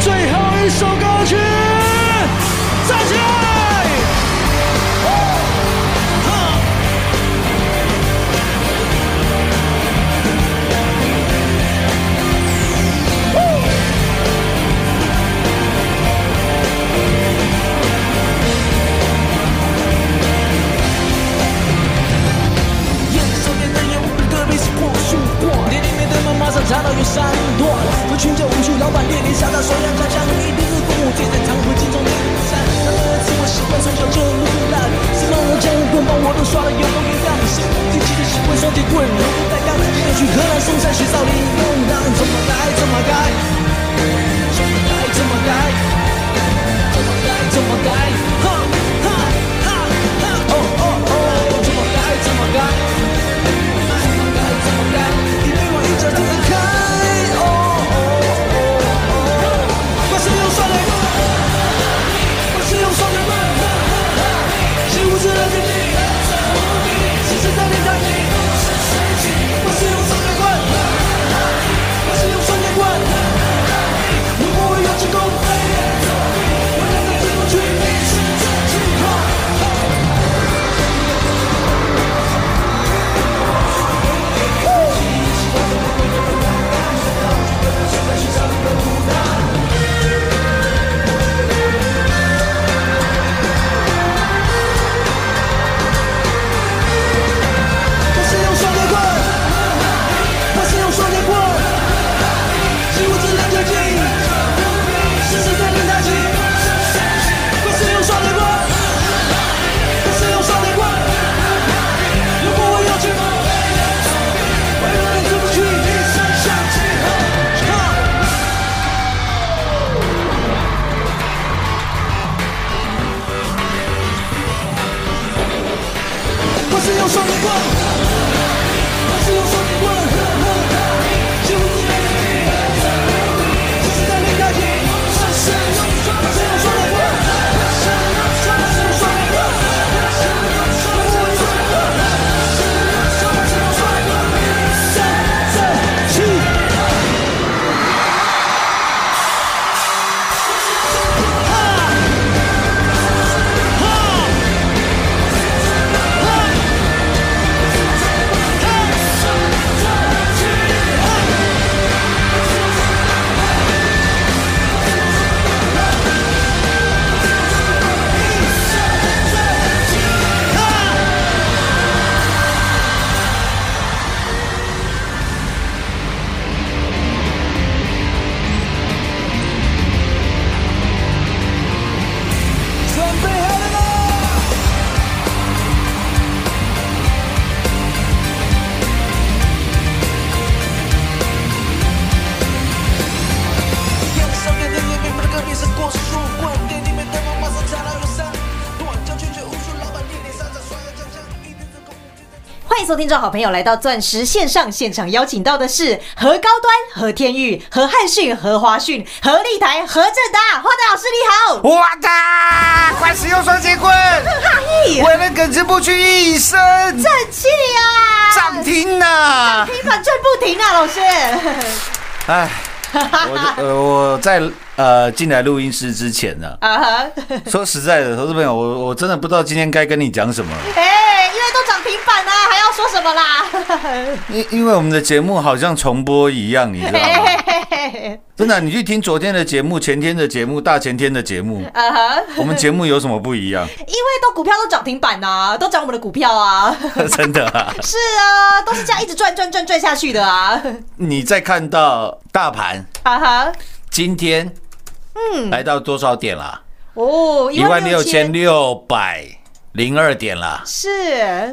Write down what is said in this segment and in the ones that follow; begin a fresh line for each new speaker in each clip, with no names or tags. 最后一首歌曲，站起来！眼上面的烟雾特别是破树冠，店里面的门马上查到有三段，我群着无数老板面临下到手要家乡，一定是父母最擅长回敬中的午餐。然而自我习惯从小就腐烂，什么人家用棍棒我都刷了有够一样，是最记得习惯双截棍柔韧带刚，今天去河南嵩山学少林用当，怎么来怎么改，怎么来怎么改，怎么来怎么改，哈哈哈哈哦哦哦，怎么改怎么改。该怎么办？你对我一脚踢开，哦哦哦哦！我是用双腿，我是用双腿，是无知的天地，是时代的代替。我是用双截棍，我是用双截棍，我不会有成功，我让它飞过去，我是用双截棍，我是用双截棍，是无知的天地，是时代的代替。我是用双截棍，我是用双截棍，如果我有去，我永远出不去，一生相信。我是用双截棍，我是用双截棍，是无知的天地，是时代的代替。我是用双截棍，我是用双截棍，我是用双截棍。准备好了吗？用上面的眼皮，把隔壁是过树冠，店里面的猫马上查到有三段，将拒绝无数老板面临上涨，刷牙将将，一定是恐惧。
欢迎收听众好朋友来到钻石线上现场，邀请到的是何高端、何天玉、何汉逊、何华逊、何立台、何正达。花达老师你好，
我的，快使用双截棍，
大意
我能耿直不屈一生，
正气啊，
涨停呐！
平板转不停啊，老师。
哎，我就呃我在呃进来录音室之前呢、
啊哈，
说实在的，投资朋友，我我真的不知道今天该跟你讲什么，
哎，因为都涨停板
啊
啦、还要说什
啊
么啦？
因因为我们的节目好像重播一样，你知道吗？真的，你去听昨天的节目、前天的节目、大前天的节 目，
啊哈，
我们节目有什么不一样？
因为都股票都涨停板呐、都涨我们的股票啊。
真的、啊，
是啊，都是这样一直转转转转下去的啊。
你再看到大盘
啊哈，
今天，嗯，来到多少点啦、
哦，
一万六千六百零二点啦，
是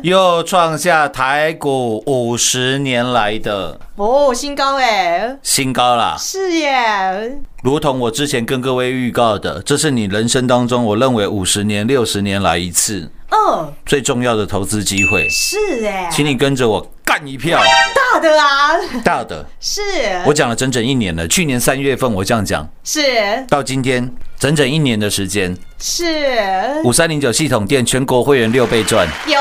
又创下台股五十年来的
哦，新高哎，
新高啦。
是耶，
如同我之前跟各位预告的，这是你人生当中我认为五十年、六十年来一次
嗯，
最重要的投资机会，
是哎，
请你跟着我干一票
大的啊，
大的。
是，
我讲了整整一年了，去年三月份我这样讲，
是
到今天整整一年的时间，
是
五三零九系统店全国会员六倍赚。
有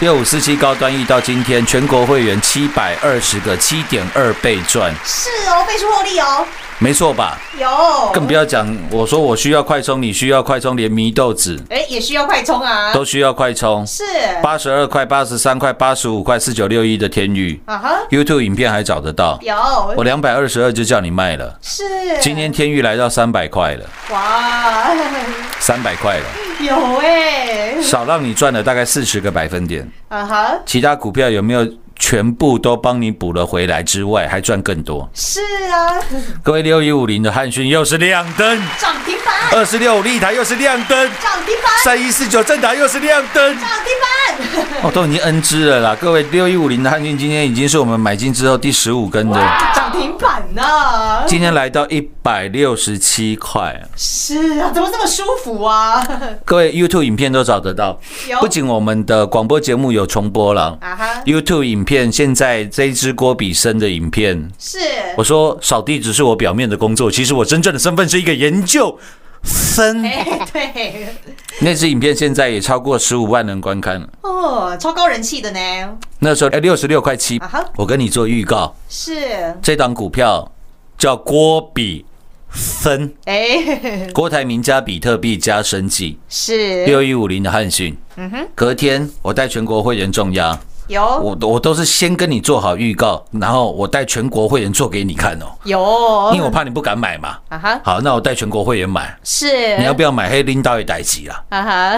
六五四七高端 E 到今天，全国会员七百二十个，七点二倍赚，
是哦，倍数获利哦，
没错吧？
有，
更不要讲，我说我需要快充，你需要快充，连迷豆子
哎，也需要快充啊，
都需要快充。
是
八十二块、八十三块、八十五块、四九六一的天宇
啊哈，
，YouTube 影片还找得到。我
有
两百二十二就叫你卖了。
是
今天天宇来到三百块了，
哇，
三百块了，
有哎，
少让你赚了大概四十个百分点。
啊哈，
其他股票有没有全部都帮你补了回来之外，还赚更多？
是啊，
各位六一五零的汉讯又是亮灯，
涨停板，
二四六五立台又是亮灯，
涨停板，
三一四九正达又是亮灯，
涨停板，
哦，都已经 N 支了啦。各位六一五零的汉讯今天已经是我们买进之后第十五根的，
涨停板呐，
今天来到一百六十七块。
是啊，怎么这么舒服啊？
各位 YouTube 影片都找得到
有，
不仅我们的广播节目有重播了
啊哈
，YouTube 影片现在这一支郭比生的影片，
是
我说扫地只是我表面的工作，其实我真正的身份是一个研究生。
哎，对，
那支影片现在也超过十五万人观看了。
哦，超高人气的呢，
那时候哎六十六块七
啊哈，
我跟你做预告，
是，
这档股票叫郭比森，
哎，
郭台铭加比特币加生计，
是
六一五零的汉讯。
嗯
隔天我带全国会员重压，
有
我我都是先跟你做好预告，然后我带全国会员做给你看哦，
有，
因为我怕你不敢买嘛。
啊哈，
好，那我带全国会员买，
是
你要不要买？黑拎到一逮起啦，
啊哈，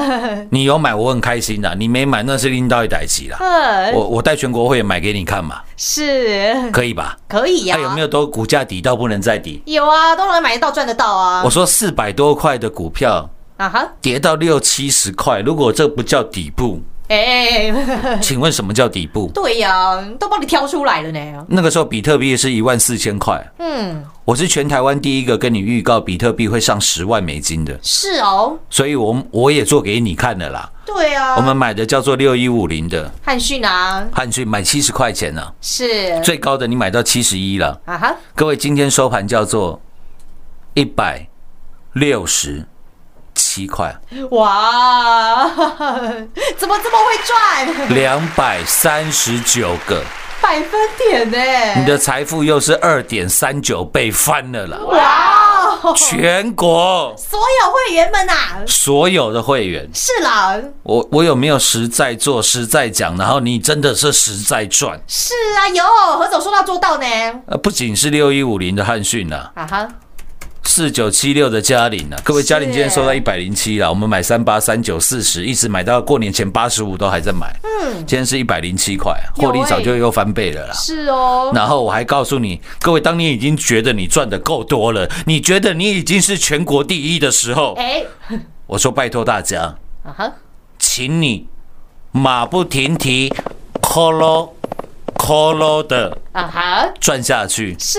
你有买我很开心啦，你没买那是拎到一逮起啦。
嗯，
我我带全国会员买给你看嘛，
是
可以吧？啊
可以呀、
它有没有都股价底到不能再底？
有啊，都能买得到赚得到啊
我。说四百多块的股票
啊哈，
跌到六七十块，如果这不叫底部，
哎、
请问什么叫底部？
对呀、都帮你挑出来了呢。
那个时候比特币是一万四千块，
嗯，
我是全台湾第一个跟你预告比特币会上十万美金的，
是哦，
所以我我也做给你看了啦。
对啊。
我们买的叫做六一五零的
汉逊啊，
汉讯，买七十块钱呢、
是
最高的你买到七十一了。
啊哈，
各位，今天收盘叫做一百六十七块，
哇， 怎么这么会赚？
两百三十九个，
百分点呢、
你的财富又是二点三九倍翻了啦！
哇哦，
全国
所有会员们啊，
所有的会员，
是啦，
我我有没有实在做、实在讲？然后你真的是实在赚，
是啊，有何总说到做到呢？
呃，不仅是六一五零的汉讯啦，
啊哈，
四九七六的嘉玲啦，各位
是
嘉玲今天收到一百零七啦，我们买三八三九四十，一直买到过年前八十五都还在买，嗯，今天是一百零七块，啊获利
有欸
早就又翻倍了啦。
是哦，
然后我还告诉你，各位，当你已经觉得你赚的够多了，你觉得你已经是全国第一的时候，
哎、
我说拜托大家，
啊哈，
请你马不停蹄，咯咯咯咯的
啊哈，
赚下去。
是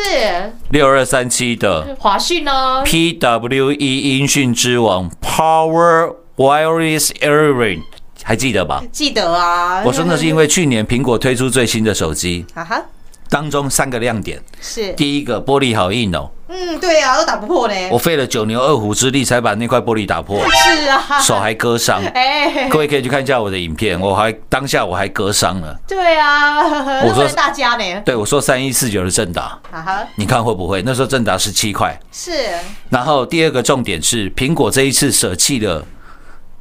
六二三七的
华讯哦呢？
PWE 音讯之王 Power Wireless Earring，还记得吧？
记得啊，
我说那是因为去年苹果推出最新的手机，
啊哈，
当中三个亮点，
是，
第一个玻璃好硬哦，
嗯，对啊，都打不破呢。
我费了九牛二虎之力才把那块玻璃打破，
是啊，
手还割伤。
哎，
各位可以去看一下我的影片，我还当下我还割伤了。
对啊，
我说
为了大家呢，
对我说三一四九的正达，
啊哈，
你看会不会？那时候正达十七块。
是
然后第二个重点是，苹果这一次舍弃了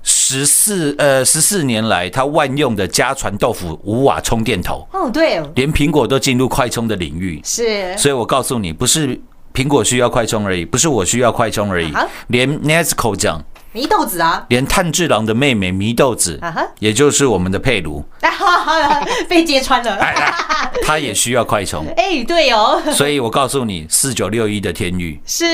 十四呃十四年来它万用的家传豆腐无瓦充电头，
哦，对，
连苹果都进入快充的领域。
是
所以我告诉你，不是苹果需要快充而已，不是我需要快充而已
啊，
连 Nesco 讲，
泥豆子啊，
连炭治郎的妹妹祢豆子
啊哈，
也就是我们的佩 如，
啊哈哈，被揭穿了。
哎哎她也需要快充。
哎，对哦，
所以我告诉你，四九六一的天域
是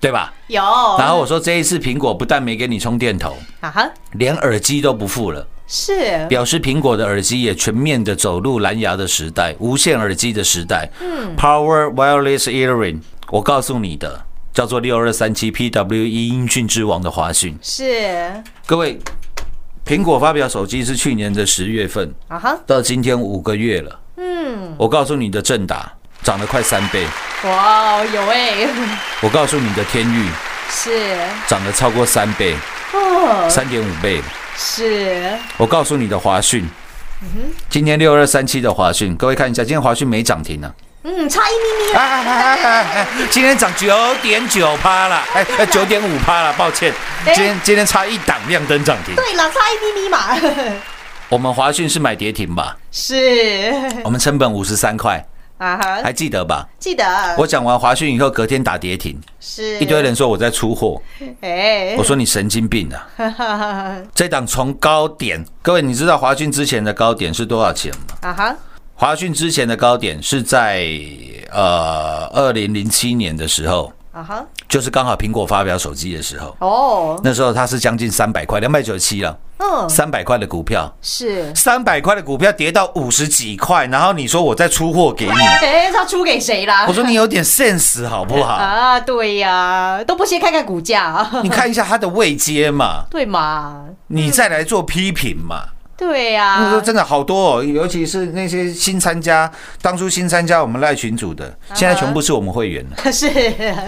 对吧？
有，
然后我说这一次苹果不但没给你充电头，
啊哈，
连耳机都不付了，
是
表示苹果的耳机也全面的走入蓝牙的时代，无线耳机的时代。嗯，Power Wireless Earring，我告诉你的，叫做六二三七 PWE 音讯之王的华讯。
是，
各位，苹果发表手机是去年的十月份，
啊哈，
到今天五个月了。嗯，我告诉你的正达涨了快三倍，
哇哦，有哎，
我告诉你的天域
是，
涨了超过三倍，
哦，
三点五倍。
是，
我告诉你的华讯，今天六二三七的华讯，各位看一下，今天华讯没涨停呢、
嗯，差一咪咪
啊，哎哎哎哎哎今天涨九点九趴了，哎哎九点五趴了，抱歉，
哎
今天今天差一档亮灯涨停。
对了，差一咪咪嘛，
我们华讯是买跌停吧？
是，
我们成本五十三块，
啊哈，
还记得吧？
记得
我讲完华讯以后，隔天打跌停，
是
一堆人说我在出货，
哎，
我说你神经病啊！
哈哈哈
这档从高点，各位你知道华讯之前的高点是多少钱吗？
啊哈，
华讯之前的高点是在呃二零零七年的时候，
啊哈，
就是刚好苹果发表手机的时候，
哦，
那时候它是将近三百块，两百九十七了，
嗯，
三百块的股票，
是，
三百块的股票跌到五十几块，然后你说我再出货给你，
哎，他出给谁啦？
我说你有点 sense 好不好？
啊，对呀，都不先看看股价，
你看一下它的位阶嘛，
对嘛，
你再来做批评嘛。
对
那时候
呀，
真的好多哦，尤其是那些新参加，当初新参加我们赖群组的，
啊
现在全部是我们会员了。
是，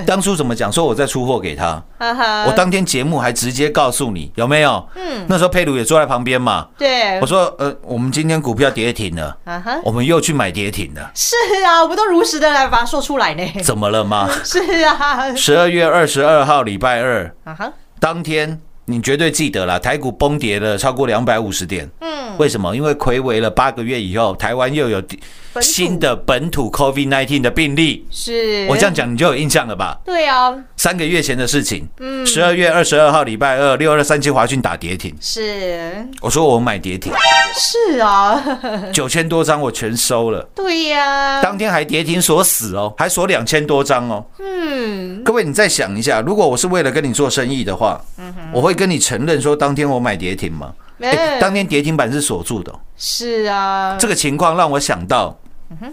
当初怎么讲？说我在出货给他，
哈哈，
我当天节目还直接告诉你有没有？嗯，那时候佩鲁也坐在旁边嘛，
对
我，说呃，我们今天股票跌停了，
啊哈。
我们又去买跌停了，
是啊，我们都如实的来把它说出来呢。
怎么了吗？
是啊，
十二月二十二号礼拜二
啊哈，
当天。你绝对记得啦，台股崩跌了超过两百五十点。嗯，为什么？因为暌违了八个月以后，台湾又有第
土
新的本土 COVID-19 的病例。
是
我这样讲你就有印象了吧？
对啊，
三个月前的事情，嗯，十二月二十二号礼拜二，六二三七华讯打跌停，
是
我说我买跌停，
是啊，
九千多张我全收了，
对呀、
当天还跌停锁死哦，还锁两千多张哦。
嗯，
各位，你再想一下，如果我是为了跟你做生意的话，
嗯
我会跟你承认说当天我买跌停吗？
没、
诶当天跌停板是锁住的哦、
嗯是啊，
这个情况让我想到，
嗯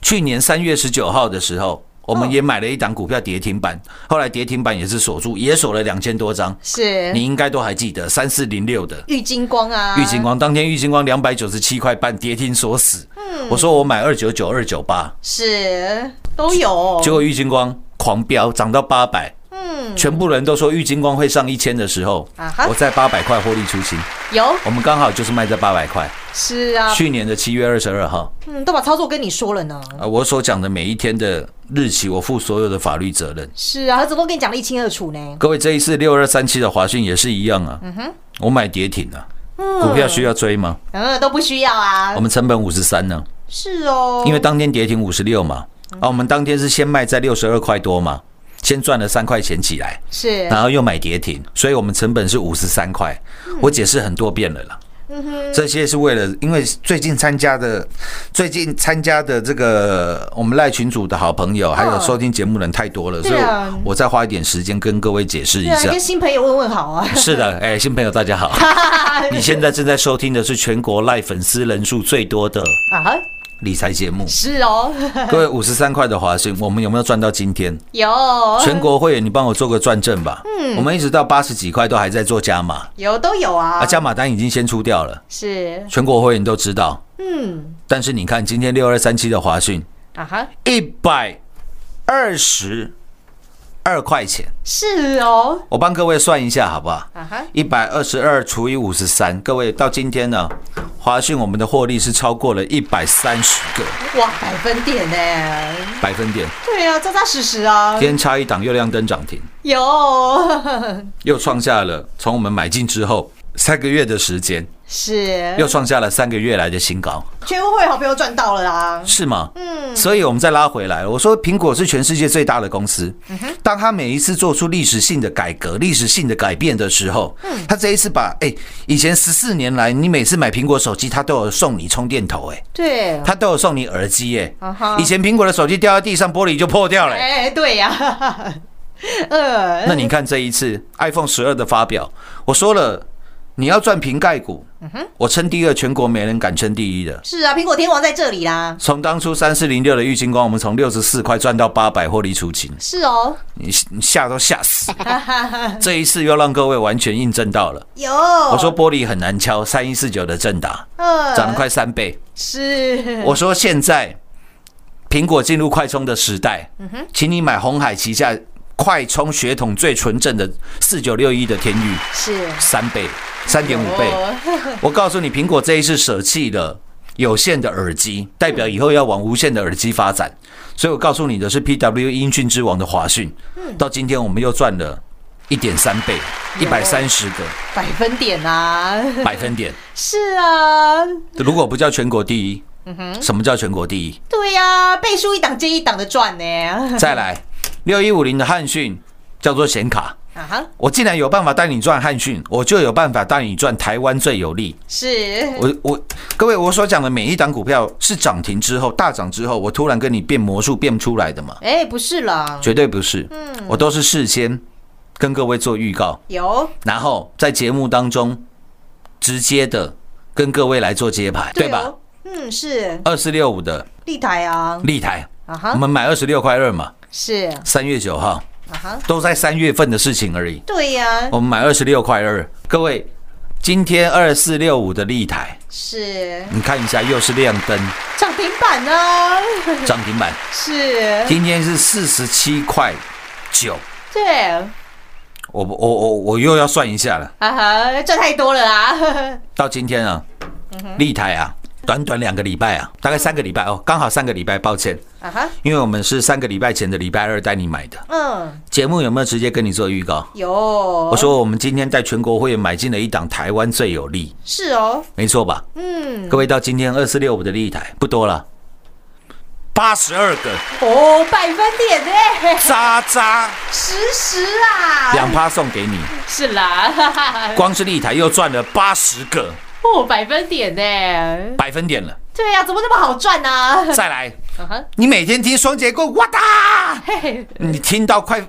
去年三月十九号的时候，我们也买了一档股票跌停板，后来跌停板也是锁住，也锁了两千多张，
是
你应该都还记得三四零六的。
郁金光嗯啊，
玉金光当天玉金光两百九十七块半跌停锁死，
嗯
我说我买二九九二九八，
是都有，
结果玉金光狂飙涨到八百，嗯，全部人都说玉金光会上一千的时候
啊哈，
我在八百块获利出清，
有
我们刚好就是卖在八百块，
是啊，
去年的七月二十二号，
嗯，都把操作跟你说了呢。
啊，我所讲的每一天的日期，我负所有的法律责任。
是啊，他怎么都跟你讲的一清二楚呢？
各位，这一次六二三七的华讯也是一样啊，我买跌停啊，股票需要追吗？
嗯，都不需要嗯啊
我。们成本五十三呢。
是哦，嗯
因为当天跌停五十六嘛，啊，我们当天是先卖在六十二块多嘛，先赚了三块钱起来，
是
然后又买跌停，所以我们成本是五十三块。
嗯
我解释很多遍了啦，这些是为了，因为最近参加的，最近参加的这个我们赖群组的好朋友，还有收听节目人太多了，所以
嗯对啊
我我再花一点时间跟各位解释一
对啊，
下
跟。新朋友问问好啊。
是 的，哎，新朋友大家好，你现在正在收听的是全国赖粉丝人数最多的
啊哈，
理财节目。
是哦，
各位五十三块的华讯，我们有没有赚到今天？
有哦
全国会员，你帮我做个转正吧。嗯，我们一直到八十几块都还在做加码，
有都有
啊，
啊，
加码单已经先出掉了，
是
全国会员都知道。
嗯
但是你看今天六二三七的华讯，
啊哈，
一百二十二块钱，
是哦
我帮各位算一下好不好？
啊哈，
一百二十二除以五十三，各位到今天呢，华讯我们的获利是超过了一百三十个
哇，百分点呢、
百分点，
对啊，扎扎实实啊
今，天差一档又亮灯涨停。
有
又创下了从我们买进之后三个月的时间，
是
又创下了三个月来的新高，
全国会好朋友赚到了啦，
是吗？嗯，所以我们再拉回来，我说苹果是全世界最大的公司，当它每一次做出历史性的改革、历史性的改变的时候，
嗯
它这一次把哎、以前十四年来你每次买苹果手机，它都有送你充电头、哎，
对，
它都有送你耳机、
嗯啊
哎
哈，
以前苹果的手机掉在地上玻璃就破掉了、哎
哎、对呀、呃，
那你看这一次 iPhone 十二的发表，我说了，你要赚瓶盖股，
嗯
我称第二，全国没人敢称第一的。
是啊，苹果天王在这里啦。
从当初三四零六的玉金光，我们从六十四块赚到八百，获利出清，
是哦，
你你吓都吓死。这一次又让各位完全印证到了，
有。
我
我
说，玻璃很难敲，三一四九的正达
哦呃嗯
涨了快三倍。
是，
我说现在苹果进入快充的时代，请你买红海旗下快充血统最纯正的四九六一的天域。
是
三倍、三点五倍。 我告诉你，苹果这一次舍弃了有线的耳机，代表以后要往无线的耳机发展。所以我告诉你的是，PW 音讯之王的华讯，到今天我们又赚了一点三倍，一百三十 个
百分点啊，
百分点。
是啊，
如果不叫全国第一，什么叫全国第一？
对呀、倍数一档接一档的赚呢、
再来，六一五零的汉讯叫做显卡。
啊哈，
我既然有办法带你赚汉讯，我就有办法带你赚台湾最有利。
是
我我各位，我所讲的每一档股票是涨停之后大涨之后，我突然跟你变魔术变出来的嘛？
哎、不是啦，
绝对不是，我都是事先跟各位做预告，
有
然后在节目当中直接的跟各位来做揭牌，对吧
哦？？嗯，是
二四六五的
立台啊，
立台，
啊
我
哈，
们买二十六块二嘛，
是
三月九号
啊哈，
都在三月份的事情而已，
对呀、
我们买二十六块二，各位。今天二四六五的立台，
是
你看一下，又是亮灯
涨停板啊，
涨停板，
是，
今天是四十七块九，
对，啊
我我我我又要算一下了。
哈，赚太多了啦，
到今天啊，立台啊，短短两个礼拜啊，大概三个礼拜哦，刚好三个礼拜，抱歉，
啊哈，
因为我们是三个礼拜前的礼拜二带你买的。
嗯，
节目有没有直接跟你做预告？
有，
我说我们今天在全国会员买进了一档台湾最有利，
是哦，
没错吧？
嗯，
各位到今天二四六五的立台不多了，八十二个
哦，百分点呢、
渣渣
实时啊，
两趴送给你，
是啦， 哈哈哈
光是立台又赚了八十个
哦，百分点呢、
百分点了。
对呀、怎么那么好赚呢、 啊？
再来，
哈
你每天听双节棍，哇哒，
嘿嘿
你听到快，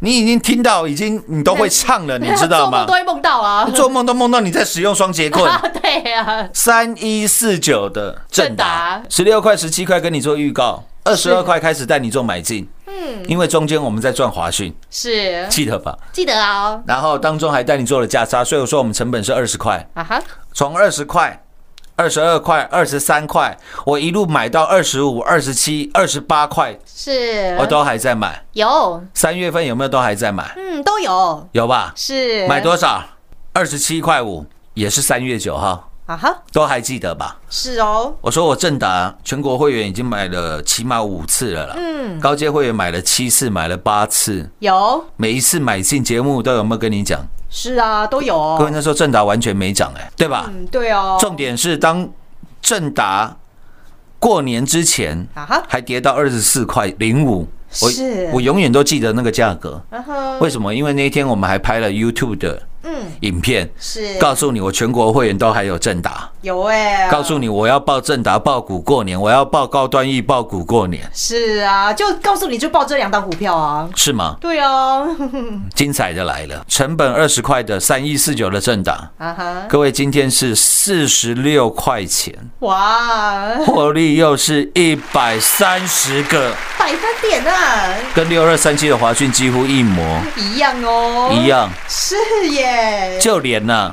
你已经听到已经你都会唱了，你知道
做
吗
梦都？会梦到啊，
做梦都梦到你在使用双节 棍。
对啊呀、
三一四九的正达
正达，
十六块、十七块跟你做预告，二十二块开始带你做买进。嗯，因为中间我们在赚华讯，
是
记得吧？
记得啊、哦，
然后当中还带你做了价差，所以我说我们成本是二十块，
啊哈，
从二十块、二十二块、二十三块，我一路买到二十五、二十七、二十八块，
是
我都还在买。
有，
三月份有没有都还在买？
嗯，都有，
有吧？
是
买多少？二十七块五，也是三月九号，
啊哈，
都还记得吧？
是哦，
我说我正达全国会员已经买了起码五次了啦，嗯，高阶会员买了七次，买了八次，
有，
每一次买进节目都有没有跟你讲？
是啊，都有、
各位
哦，
那时候正达完全没涨哎、对吧？
嗯，对哦，
重点是当正达过年之前
啊哈
还跌到二十四块零五，我
是
我永远都记得那个价格，
啊哈，
为什么？因为那一天我们还拍了 YouTube 的
嗯，
影片，
是
告诉你我全国会员都还有正达，
有哎、
告诉你我要报正达报股过年，我要报高端 E 报股过年，
是啊，就告诉你就报这两档股票啊，
是吗？
对哦，
精彩的来了，成本二十块的三一四九的正达，
啊哈，
各位今天是四十六块钱，
哇，
获利又是一百三十个，
百分点啊，
跟六二三七的华讯几乎一模
一样哦，
一，样，
是耶，
就连呐、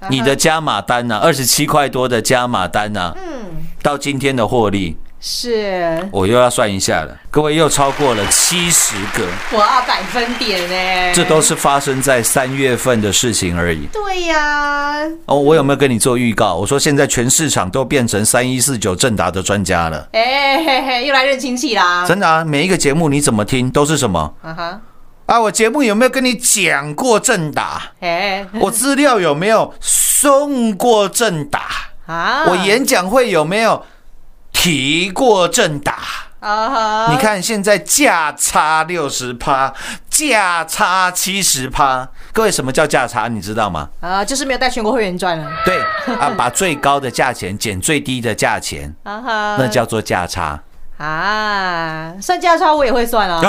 嗯
你的加码单呐、二十七块多的加码单呐、
嗯，
到今天的获利，
是
我又要算一下了，各位又超过了七十个，
哇，百分点呢，
这都是发生在三月份的事情而已。
对呀、
哦，我有没有跟你做预告？我说现在全市场都变成三一四九正达的专家了，
哎、嘿嘿，又来认亲戚啦！
真的啊！每一个节目你怎么听都是什么
啊哈，
啊？我节目有没有跟你讲过正达？
哎、
我资料有没有送过正达？
啊，
我演讲会有没有提过正达？
啊哈，
你看现在价差六十趴，价差七十趴，各位什么叫价差？你知道吗？
啊，就是没有带全国会员赚了
对啊啊，把最高的价钱减最低的价钱，
啊哈，
那叫做价差。
啊，算价差我也会算啊。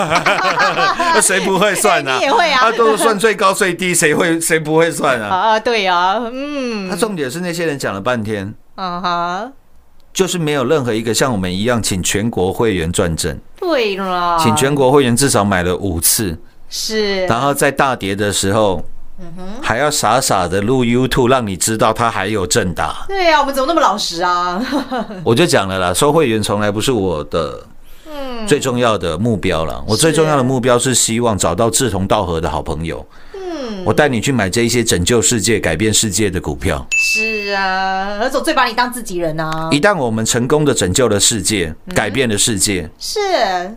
那 谁不会算呢、
你也会啊
他都是算最高最 低，谁会谁不会算啊？
啊，对啊，嗯，
他重点是那些人讲了半天，
啊哈，
就是没有任何一个像我们一样请全国会员转正，
对啦，
请全国会员至少买了五次，
是
然后在大跌的时候，还要傻傻的录 YouTube 让你知道他还有正打。
对呀、啊，我们怎么那么老实啊？
我就讲了啦，收会员从来不是我的。最重要的目标了，我最重要的目标是希望找到志同道合的好朋友。嗯，我带你去买这一些拯救世界、改变世界的股票。
是啊，何总最把你当自己人啊。
一旦我们成功的拯救了世界，改变了世界，
是，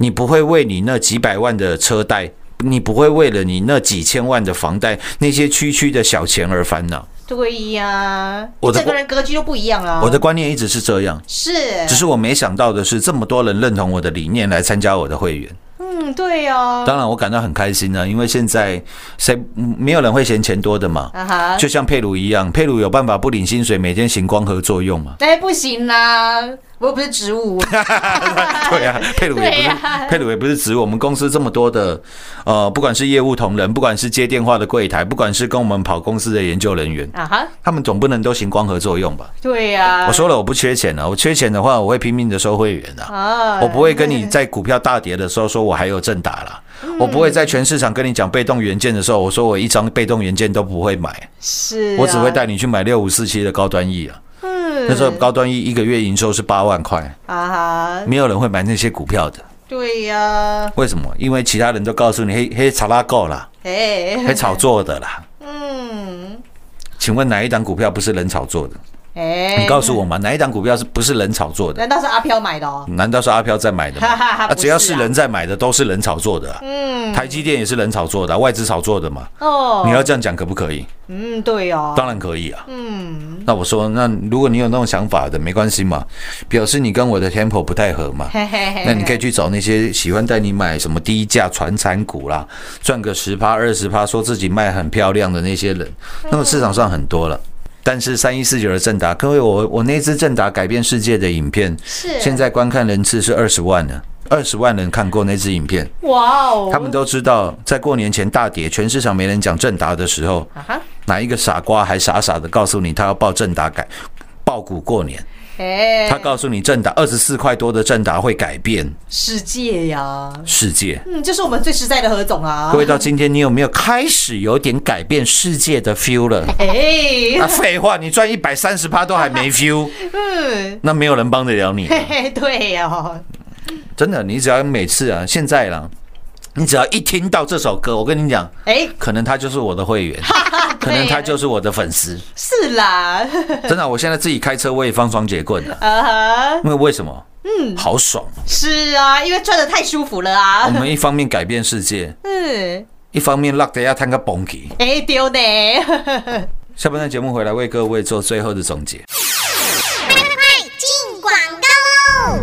你不会为你那几百万的车贷，你不会为了你那几千万的房贷，那些区区的小钱而烦恼。
哦对呀、
我的
整个人格局就不一样了。
我的观念一直是这样，
是，
只是我没想到的是，这么多人认同我的理念来参加我的会员。
嗯，对呀、啊，
当然，我感到很开心呢、因为现在谁嗯没有人会嫌钱多的嘛。
啊哈，？
就像佩鲁一样，佩鲁有办法不领薪水，每天行光合作用嘛
哎、不行啦，我又不是 植物，
对啊，佩鲁也不
对
是、
呀
佩鲁也不是指我们公司这么多的，呃，不管是业务同仁，不管是接电话的柜台，不管是跟我们跑公司的研究人员，
啊哈，
他们总不能都行光合作用吧？
对呀、
我说了，我不缺钱啊，我缺钱的话，我会拼命的收会员啊。
啊，
我不会跟你在股票大跌的时候说我还有正打啦，
嗯
我不会在全市场跟你讲被动元件的时候，我说我一张被动元件都不会买，
是、啊
我只会，带你去买六五四七的高端 E 啊。
嗯，
那时候高端 E 一个月营收是八万块，
啊哈，
没有人会买那些股票的。
对呀、
为什么？因为其他人都告诉你黑黑炒拉够啦，
哎、
黑炒作的啦。
嗯，
请问哪一档股票不是人炒作的？
哎、
你告诉我嘛，哪一档股票是不是人炒作的？
难道是阿飘买的哦？
难道是阿飘在买的吗？
哈哈哈
啊，只要
不是
是
啊
人在买的，都是人炒作的啊。
嗯，
台积电也是人炒作的啊，外资炒作的嘛。
哦，
你要这样讲可不可以？
嗯，对哦，
当然可以啊。
嗯，
那我说，那如果你有那种想法的，没关系嘛，表示你跟我的 tempo 不太合嘛。
嘿 嘿嘿，
那你可以去找那些喜欢带你买什么低价传产股啦，赚个十趴二十趴，说自己卖很漂亮的那些人，那么市场上很多了。但是三一四九的正达，各位我我那支正达改变世界的影片，
是
现在观看人次是二十万呢，二十万人看过那支影片。
哇哦，
他们都知道，在过年前大跌，全市场没人讲正达的时候，
啊哈，
哪一个傻瓜还傻傻的告诉你他要报正达改报股过年？
哎、
他告诉你正达二十四块多的正达会改变
世界呀，
世界。
嗯，这是我们最实在的何总啊
各，位到今天，你有没有开始有点改变世界的 feel 了？
哎、
啊，废话，你赚一百三十趴都还 没 feel，
嗯，
那没有人帮得了你。
嘿嘿，对哦，
真的，你只要每次啊，现在啦，你只要一听到这首歌，我跟你讲，
哎、
可能他就是我的会员，啊可能他就是我的粉丝。
是啦，
真的啊，我现在自己开车我也放双节棍了，
啊哈，
因为为什么？嗯，好爽。
是啊，因为穿的太舒服了啊
我，们一方面改变世界，
嗯，
一方面 lock 得要摊个 bonky。
哎、丢呢，
下半段节目回来为各位做最后的总结。
进广告喽！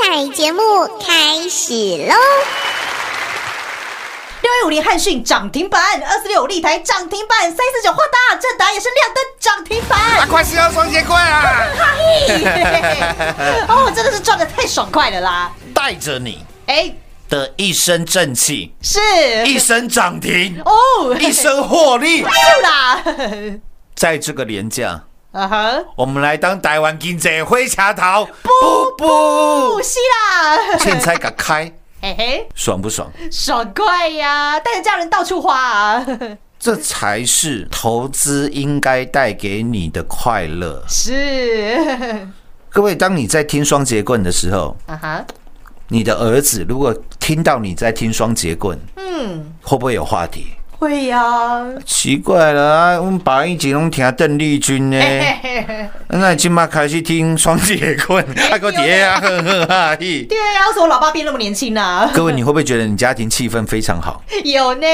彩节目开始喽！
六一五零汉讯涨停板，二四六立台涨停板，三四九华大正达也是亮灯涨停板，
啊快是要双节棍 啊！
哦，真的是赚的太爽快了啦，
带着你
哎、
的一身正气，
是，
一身涨 停，
哦，
一身获利，
是啦，
在这个廉价，
啊哈，
我们来当台湾经济灰茶头，不不，
不惜啦，
凊彩个开，
嘿嘿，
爽不爽？
爽快呀，带着家人到处花啊，
这才是投资应该带给你的快乐。
是，
各位，当你在听双节棍的时候，
啊哈，
你的儿子如果听到你在听双节棍，
嗯，
会不会有话题？
会呀，
奇怪了啊，我们爸以前拢听邓丽君 呢，
嘿嘿嘿
那今嘛开始听双节棍，啊个爹啊，呵呵哈嘿。
对啊，为什么老爸变那么年轻呢？
各位，你会不会觉得你家庭气氛非常好？
有呢，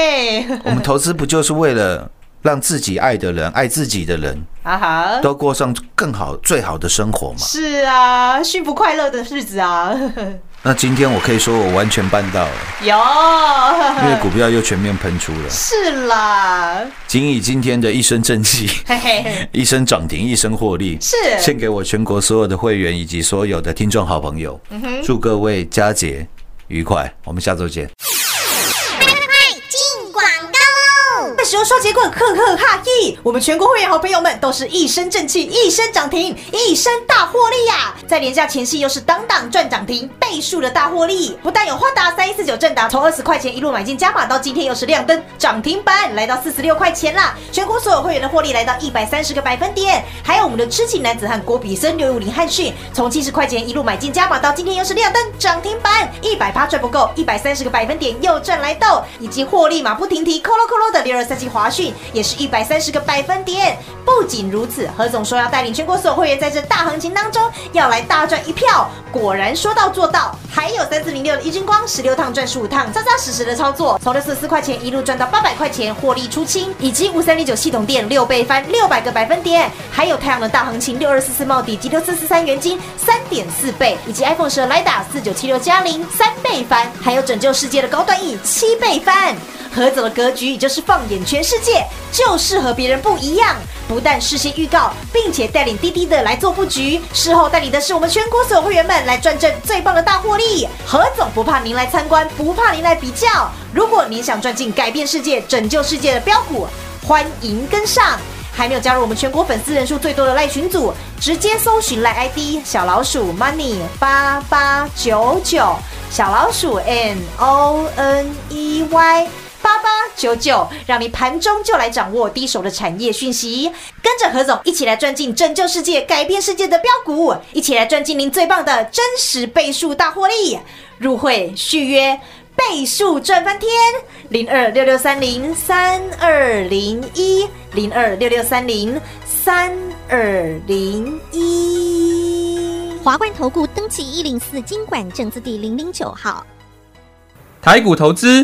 我们投资不就是为了让自己爱的人、爱自己的人
啊哈。
都过上更好、最好的生活吗？
是啊，幸福快乐的日子啊，
那今天我可以说我完全办到了，
有，嗯
因为股票又全面喷出了，
是啦，
仅以今天的一身正气。
嘿嘿嘿，
一生涨停，一生获利，
是
献给我全国所有的会员以及所有的听众好朋友。祝各位佳节愉快，我们下周见。
进广告喽！
那时候双节棍，克克哈嘿！我们全国会员好朋友们都是一身正气，一身涨停，一身大获利呀、在廉价前夕又是当当赚涨停，倍数的大获利。不但有花达三一四九正达从二十块钱一路买进加码，到今天又是亮灯涨停板，来到四十六块钱啦！全国所有会员的获利来到一百三十个百分点，还有我们的痴情男子汉郭比森、刘五林、汉逊，从七十块钱一路买进加码，到今天又是亮灯涨停板，一百趴赚不够，一百三十个百分点又赚来到，以及获利马不停蹄，扣咯扣咯的六二三七华讯也是一百三十个百分点。不仅如此，何总说要带领全国所有会员在这大行情当中要来大赚一票，果然说到做到。还有三四零六的一军光，十六趟赚十五趟，扎扎实实的操作，从六十四块钱一路赚到八百块钱，获利出清，以及五三零九系统店六倍翻六百个百分点，还有太阳能大行情六二四四帽底及六四四三元金三点四倍，以及 iPhone 十二 Lida 四九七六加零三倍翻，还有拯救世界的高端 E 七倍翻。何总的格局也就是放眼全世界，就是和别人不一样。不但事先预告，并且带领滴滴的来做布局，事后带领的是我们全国所有会员们来赚正最棒的大获利。何总不怕您来参观，不怕您来比较。如果您想赚进改变世界、拯救世界的标股，欢迎跟上。还没有加入我们全国粉丝人数最多的赖群组，直接搜寻赖 ID 小老鼠 money 八八九九，小老鼠 n o n e y 八八九九，让你盘中就来掌握第一手的产业讯息，跟着何总一起来赚进拯救世界、改变世界的标股，一起来赚进您最棒的真实倍数大获利。入会续约。倍数赚翻天，零二六六三零三二零一，零二六六三零三二零一。
华冠投顾登记一零四经管证字第零零九号。
台股投资，